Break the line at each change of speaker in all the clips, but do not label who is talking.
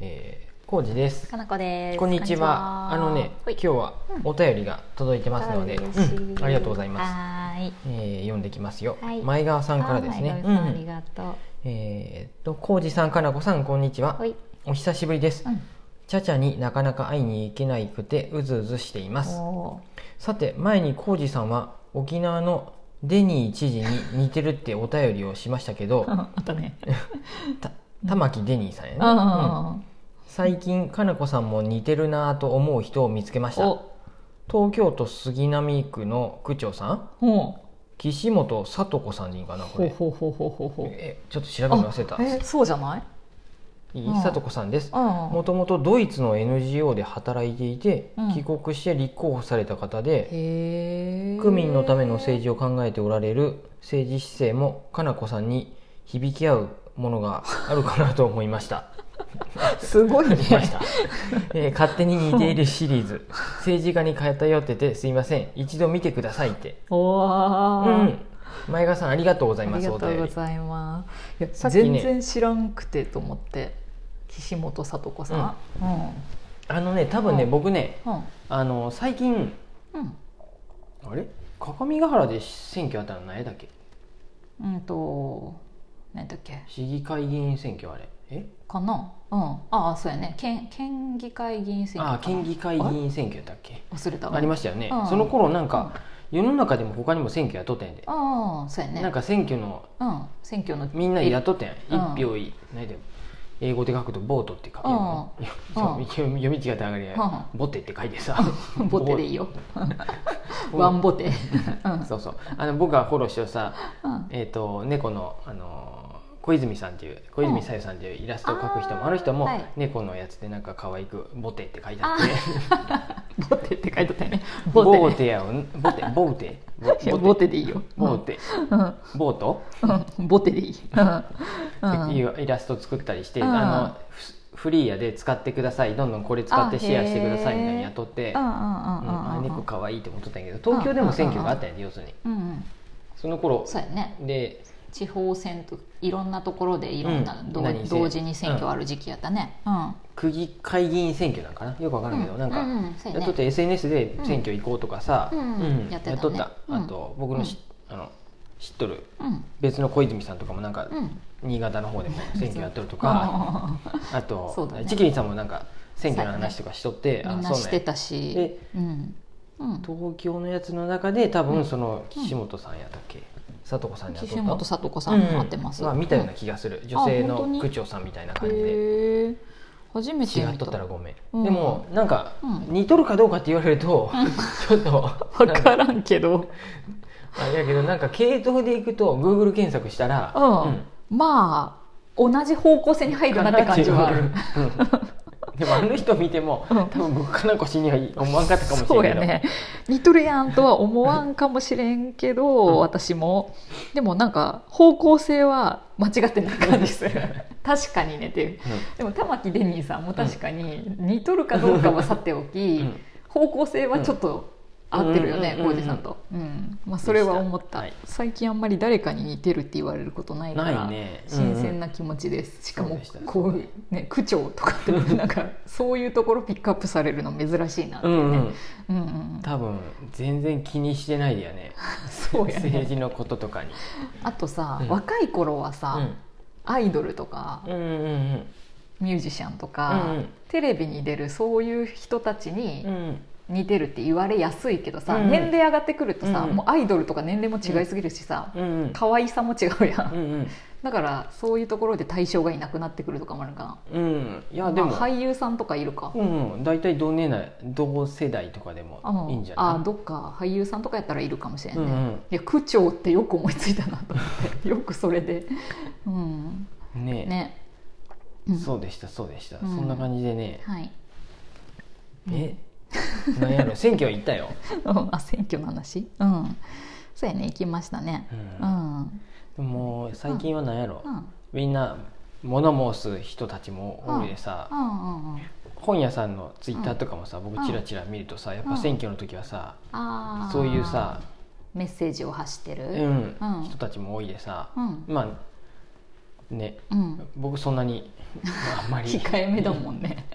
えー、浩二です
かなこです。
こんにちはあのね
は
今
い
日はお便りが届いてますので、
嬉しい
うんありがとうございます、
はーい。
えー、読んできますよ、
はい
前川さんからです
あは
ね
い
う
ロイ
んう
さんあり
ん
がとう。
えー、と浩二さんかなこさんこんにちは
はい。
お久しぶりです
うん。
ちゃちゃになかなか会いに行けなくてうずうずしています
お
さて前に浩二さんは沖縄のデニー知事に似てるってお便りをしましたけど
ーあったね。
た玉城デニーさんやね、うん
あ
最近かなこさんも似てるなぁと思う人を見つけまし
ー
た
お。
東京都杉並区の区長さん
ほ
岸本聡子さんでいいかな
う
こ
ほう
れ
ほうほうほうほうほう。
えちょっと調べるの忘れた
あえそうじゃない？
いい
うん
聡子さんです
うん。
もともとドイツの NGO で働いていて
うん
帰国して立候補された方で
へえ。
区民のための政治を考えておられる政治姿勢もかなこさんに響き合うものがあるかなと思いま した
治。すご いね
あ。りました、えー勝手に似ているシリーズ政治家に偏っててすいません一度見てくださいって
お
う
ー
ん前川さんありがとうござい
あ
ま
り
す
がとうご
お便
ざいます。いや
さっきね
全然知らんくてと思って。岸本さと子さん。う
りあのね多分ね、
うん
僕ね
ん。うん。
あの最近
うん。
あれ各務原で選挙あったの何やだっけ
うんと何だっけ
市議会議員選挙あれえ
かなうんああそうやね県県議会議員選
ああ
挙かな
県議会議員選挙やったっけ
あ忘れた
ありま
し
したよね、
うん
その頃なんか、世の中でも他にも選挙やっとったんやで、
たああそうやね
なんか選挙の
うん選挙の
みんなやっとったんや
うん
一票い何で英語で書くとボートって書いて
うん
あるの 読み読み違って上がりや
う
ボテって書いてさ
ボテでいいよ
ボ
ワンボテうんうん
そうそうあの僕がフォローしてるさえっと猫のあのー小泉さんっていう小泉さゆさんっていうイラストを描く人
あ
も
ー
あの人も
はい
猫のやつでなんか可愛くボテって書いてあ って
ボテって書いてあったよね
ボ
ボ
ー
テ
テやんボテボー テボ
いやボテでいいよ
ボーテ
うん
ボート
うんボテでいいうんうん
っていうイラスト作ったりして、
うん
あのフフリーやで使ってくださいどんどんこれ使って
あ
シェアしてください
へー
みたいにやっとって、
う
うんん、
うんうんうん
あ
うん
猫可愛いって思っとったんやけど東京でも選挙があったんやで要するに
うんうん
その頃
そうやね
で
地方選といろんなところでいろんな
うん
同
何せ
同時に選挙ある時期やったねうん
区議会議員選挙なんかなよくわからんけど、なんか、
うんうんそうや
やっ
ね
とって SNS で選挙行こうとかさ、
うんうんやってたね
っとった、
うん
あと僕のし、あの知っとる
うん
別の小泉さんとかもなんか、
うん
新潟の方 でも選挙やっとるとか、
あー
あ と
そうだね
ちきりんさんもなんか選挙の話とかしとって、あ
みん
そ
な
うなん
し
や
てたし
で、
うんうん、
東京のやつの中で多分その岸本さんやったっけ、佐藤子さんやった
岸本
さ
聡子さんも合ってます、
まあ、見たような気がする、女性
あ本当
の
に
区長さんみたいな
うん
感じで
へえ初めて
違っ
見
とったら
た
ごめん、
うん
でもなんか、
うん
似とるかどうかって言われると、 ちょっと
分からんけど
あれやけどなんか系統でいくと Google 検索したら、
うん、
うん
まあ同じ方向性に入るなって感じはある
うんでもあの人見ても、
うん
多分僕かなこしには思わんかったかもしれ
そ
ない
う
け
や
ど
ね似とるやんとは思わんかもしれんけど、
うん
私もでもなんか方向性は間違ってない感 じする確かにねっていうでも玉城デニーさんも確かに似とるかどうかはさておき、
うん
方向性はちょっと合ってるよね
うん
浩二さんと、うんまあ、それは思った、
はい
最近あんまり誰かに似てるって言われることないか
な
ら
いね
新鮮な気持ちです、しか
そう
も
でした
こういう、ね、区長とかってなんかそういうところピックアップされるの珍しいなって
う
い
ん
う
う
ね、
ん
うんうん
多分全然気にしてないでやね
そうや
政
ね
治のこととかに、
あとさ、
うん
若い頃は
う
さ、
ん
アイドルとか
うんうん
ミュージシャンと
う
か、
ん
テレビに出るそういう人たちに、
うん
似てるって言われやすいけどさ、
うん
年齢上がってくるとさ、
うん
もうアイドルとか年齢も違いすぎるしさ、
うんうん
可愛さも違うやん、
うん
だからそういうところで対象がいなくなってくるとかもあるか
う
な
んい
あ
やでも、
俳優さんとかいるか、
うんうん大体同年代同世代とかでも
あの
いいんじゃ
あ
ない
どっか俳優さんとかやったらいるかもしれんね、
うんうん
いや区長ってよく思いついたなと思って よくそれでうん
ね
ね、うん
そうでしたそうでした、
うん
そんな感じでね、
はい
えなんやろ選挙は行ったよ、
うんあ選挙の話うんそうやね行きましたね
う
うんん、うん
でももう最近はなんやろ、みんな物申す人たちも多いでさ、
うんうんうん
本屋さんのツイッターとかもさ、
うん
僕チラチラ見るとさやっぱ選挙の時はさ、
あー
そういうさ
メッセージを発してる、
うん
うん
人たちも多いでさ、
うん
まあね
うん、
僕そんなにあんまり
控えめだもんね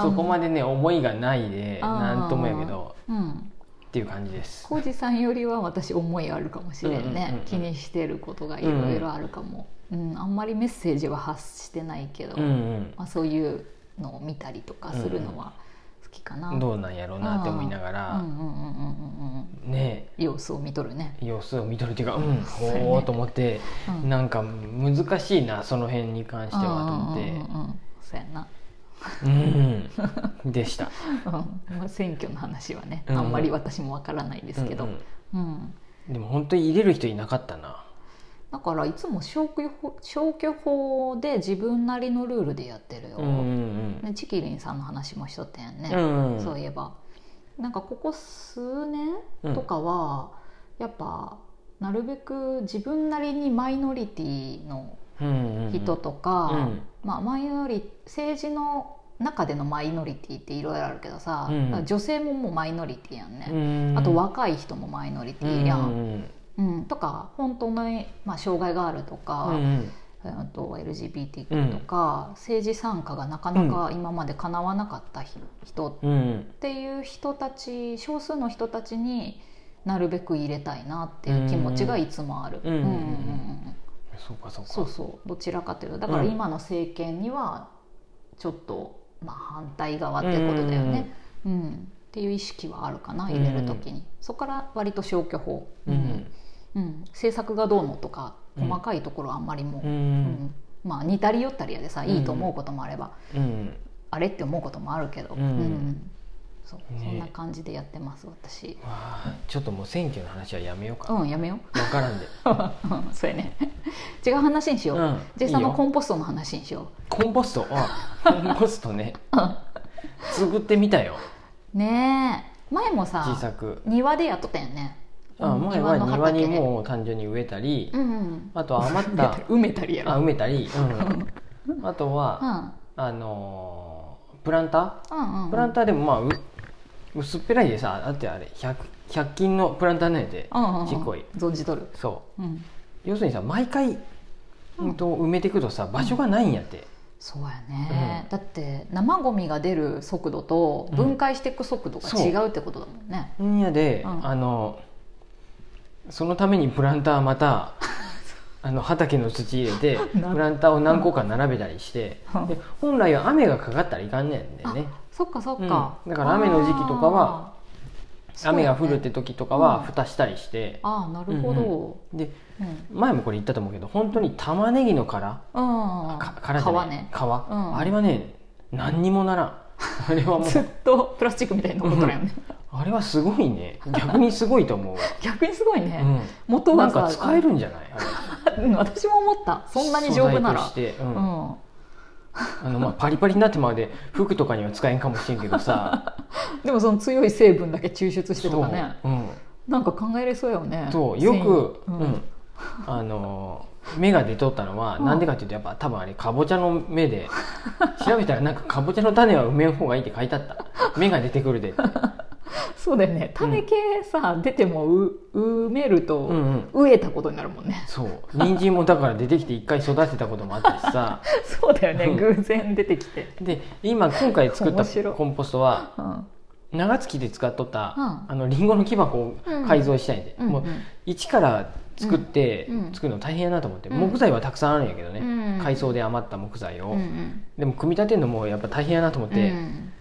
そこまでね思いがないで
あー
なんともやけど
うん
っていう感じです
浩二さんよりは私思いあるかもしれ
うんう
んね、
んうんうん
気にしてることがいろいろあるかも、うんあんまりメッセージは発してないけ
う
ど、
ん
まあ、そういうのを見たりとかするのは好きかな、
うんどうなんやろうなって思いなが
うんう
ら
んうんうんうんうん
ね
様子を見とるね、
様子を見とるっていうかうん
そうやね
おおと思って
うん
なんか難しいなその辺に関してはと思
うんうんうんうんそうやな、
ってうんでした
うんまあ、選挙の話はね、
うん
あんまり私もわからないですけど、
う
うんん
うんでも本当に入れる人いなかったな
だからいつも消去法消去法で自分なりのルールでやってるよ、
うんうん
ねチキリンさんの話もしとったやん
うんう
ね、
んうん
そういえばなんかここ数年
うん
とかは、やっぱなるべく自分なりにマイノリティの
うんうんうん
人とか、
うん
まあ、マイノリ政治の中でのマイノリティっていろいろあるけどさ、
うん
だから女性ももうマイノリティやん
う
ね、
ん
あと若い人もマイノリティや、
うんん
うんとか本当の、まあ、障害があるとか、
うんうん
あと LGBTQ とか、政治参加がなかなか今まで叶わなかったひ人
うんうん
っていう人たち少数の人たちになるべく入れたいなっていう気持ちがいつもある。
うん
うんうんうんうん
そうかそうか
そうそうどちらかというとだから
うん
今の政権にはちょっと、まあ、反対側ってことだよね、うんっていう意識はあるかな入れる時に、そこから割と消去法、
う
うん
ん
うん政策がどうのとか
うん
細かいところはあんまりも
う
う、
ん
んまあ似たり寄ったりやでさいいと思うこともあれば、
うん
あれって思うこともあるけど、
うん
そう
ね
そんな感じでやってます私。
わあちょっともう選挙の話はやめようか
うんやめよ
分からんで
ううんそうやね違う話にしよう、
うん
J
いい
さんの
よ
コンポストの話にしよう
コンポストあコンポストね作ってみたよ
ねえ前も
小
さ
さく
庭でやっとったよね
あ
うん
前は庭に
で
もう単純に植えたり
うんうん
あとは余っ
埋め
た
たり埋めたりや
あ
ろ
埋めたり、うん、あと
う
は
ん
あのープランタ
うんう
ー
ん
プランターでもまあう薄っぺらいでさだってあれ 100, 100均のプランターなんやで
うんうんうん
ちっこい
存じとる
そ
うん
う要するにさ毎回、うん、と埋めていくとさ場所がないんやって、
そうやね、だって生ゴミが出る速度と分解していく速度が違うってことだもんね、
んやで、
うん
あのそのためにプランターま たあの畑の土入れて
な
プランターを何個か並べたりして、
うん
で本来は雨がかかったらいかんねんだよね
そっかそっか、
うんだから雨の時期とかは
あーそうやね
雨が降るって時とか
う
は
ん
蓋したりして、
ああなるほど、
で
うん
前もこれ言ったと思うけど本当に玉ねぎの殻
うん、
か殻じゃない
皮ね
皮、
ん
あれはね何にも ならんあれはもう
ずっとプラスチックみたいに残っとるよね、
あれはすごいね逆にすごいと思う わ、
逆にすごいうね、
ん
元
な
は
ん
さ
か使えるんじゃないあれ
うん 私も思ったそんなに丈夫なら
素材として、う
うんん、
あのまあパリパリになってまうで服とかには使えんかもしれんけど さ
でもその強い成分だけ抽出してとかね
そう,、うん、
なんか考えれそうよね
そうよく、
繊維
う
うん
んあの目が出とったのは
うん
なんでかっていうとやっぱ多分あれかぼちゃの目で調べたらなんかかぼちゃの種は埋めん方がいいって書いてあった目が出てくるでって、
そうだよね種系さ、出てもう埋めると、
うんうん、
飢えたことになるも んね
そう人参もだから出てきて一回育てたこともあったしさ
そうだよね、
うん
偶然出てきて
で今今回作っ
面白
た
い
コンポストは
うん
長月で使っとった、
うん
あのリンゴの木箱を改造したいんで、
うん
もう一から作って、
うんうん
作るの大変やなと思って、
うん
木材はたくさんあるんやけどね、
うん
海藻で余った木材を、
うんうん
でも組み立てるのもやっぱ大変やなと思って
う、ん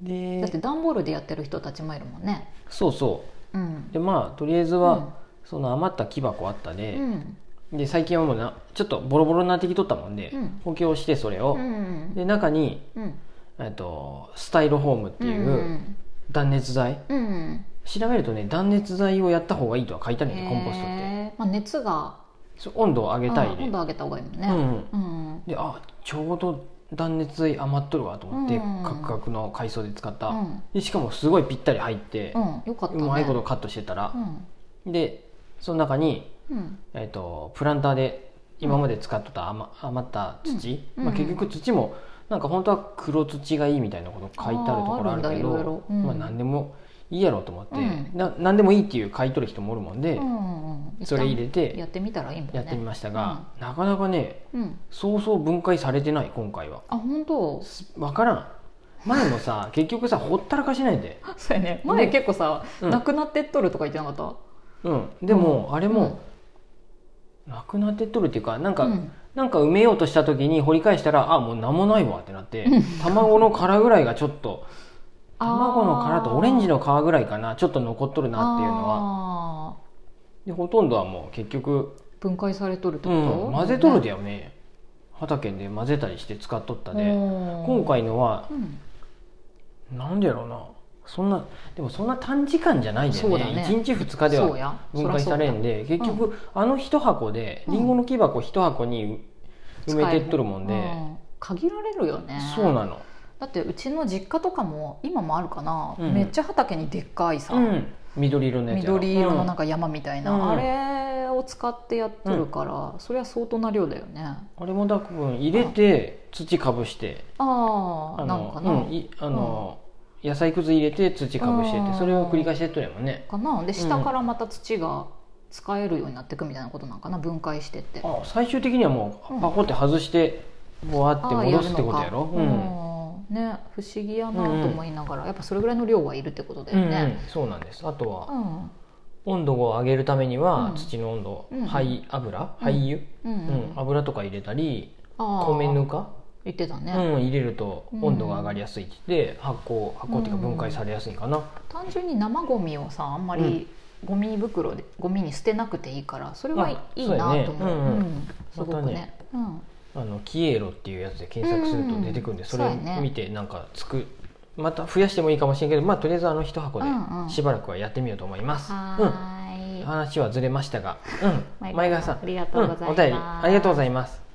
だって
で
段ボールでやってる人たちもいるもんね
そうそ
うん
うでまあとりあえずは、その余った木箱あった
う
で,、
ん
で最近はもうなちょっとボロボロになってきとったもんで、
うん
補強してそれ
う
を、
ん
で中に、
うん
えっと、スタイロホームっていううん断熱材、
うん
調べるとね断熱材をやった方がいいとは書いてあるんやでコンポストって
へーまあ、熱が
そう温度を上げたい
うん
で,、
温度上げた方がいいもんね、
うん、
うん
であちょうど断熱材余っとるわと思って、
うん
カクカクの海藻で使った、
うん
でしかもすごいぴったり入って
う、ん、よかった、
う
ね、
まいことカットしてたら
う、ん
でその中に、
うん
えっとプランターで今まで使っとった余余った土、
うん
まあ、
うん
結局土もなんか本当は黒土がいいみたいなこと書いてあるところあるけ
あーあるんだいろいろ
ど
うん
まあ、何でもいいやろと思って、
うん
な何でもいいっていう買い取る人もおるもんで、
うんうん
それ入れ
一旦や
て
ってみたらいいもんね
やってみましたが、なかなかね
うん
そうそう分解されてない今回は
あ本当
分からん前も さ結局さほったらかしないで、
そうやね前結構さ、
うん
なくなってっとるとか言ってなかっ
うん、でも、あれ
た
も、なくなってっとるっていうかなん
う
か、
んうん
なんか埋めようとした時に掘り返したらあもう何もないわってなって
うん
卵の殻ぐらいがちょっと卵の殻とオレンジ
の
の皮ぐらいかなちょっと残っとるなっていうのは
は
でほとんどはもう結局、
分解されとるって
うん
こと、
混ぜとるだよね畑で混ぜたりして使っとったで今
今
回のは
うん
なんでやろうなそんなでもそんな短時間じゃないんだよ
そうだ
ね
ね
1日2日で
そう
は
や
分解されん
で
で結
らそうだ
局あの一箱で
うん
りんごの木箱一箱に埋めてっとるもんで
限られるよね
そうなの
だってうちの実家とかも今もあるかな、
うん
めっちゃ畑にでっかいさ、
うん緑色のやつやろ
緑色の
うん
なんか山みたいな、
うん
あれを使ってやっとるから、それは相当な量だよね
あれも多分入れて土かぶして
ああ
あ
なん
の
かな、
うんいあの野菜くず入れて土かぶして
う
て
ん
それを繰り返してっとるやもんね
かなで下からまた土が使えるようになっていくみたいなことなんかな分解してって
あ最終的にはも
うん
うパコって外してボワって
ああ
戻すってことや
やるの
ろ
か
うん
うんね不思議やなと思いながら、やっぱそれぐらいの量はいるってことだ
う
よ
んうん
ね、
そうなんですあとは
うん
温度を上げるために
う
は
ん
土の温度
うん
灰油灰油
うん
うん油とか入れたり
ああ
米ぬか
言ってたね、
うん入れると
うん
温度が上がりやすいって言って発酵発酵っていうか分解されやすいんかな
単純に生ゴミをさあんまりゴミ袋でゴミに捨てなくていいからそれは
あ
いい
そうや
な
ね
と思う
うんうん
うんすごくねうん
あのキエロっていうやつで検索すると出てくるんで、
うん
それ
そうやね
見てなんかつくまた増やしてもいいかもしれんけどまあとりあえずあの一箱で
うんうん
しばらくはやってみようと思います、
はーい
話はずれましたが、うん、
前
前川
川さ
さ
ん
ん
ありがとうございます
んお便りありがとうございます